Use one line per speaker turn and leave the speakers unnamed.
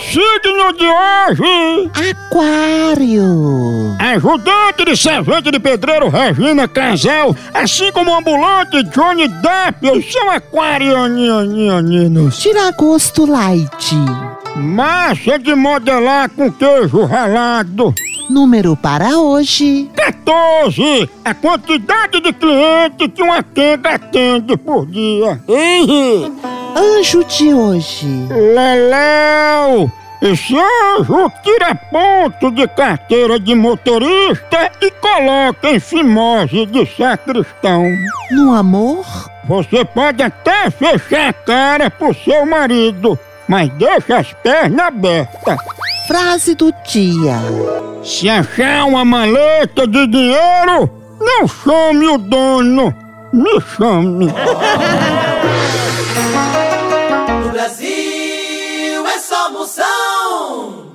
signo de hoje? é
Aquário.
Ajudante de servente de pedreiro Regina Casal, assim como o ambulante Johnny Depp, eles são aquarianianianos.
Tira gosto light.
Massa é de modelar com queijo ralado.
Número para hoje.
14. A quantidade de cliente que uma tenda atende por dia. Ih,
Anjo de hoje.
Leléu! Esse anjo tira é ponto de carteira de motorista e coloca em fimose de sacristão.
No amor.
Você pode até fechar a cara pro seu marido, mas deixa as pernas abertas.
Frase do dia.
Se achar uma maleta de dinheiro, não chame o dono, me chame.
No Brasil é só moção.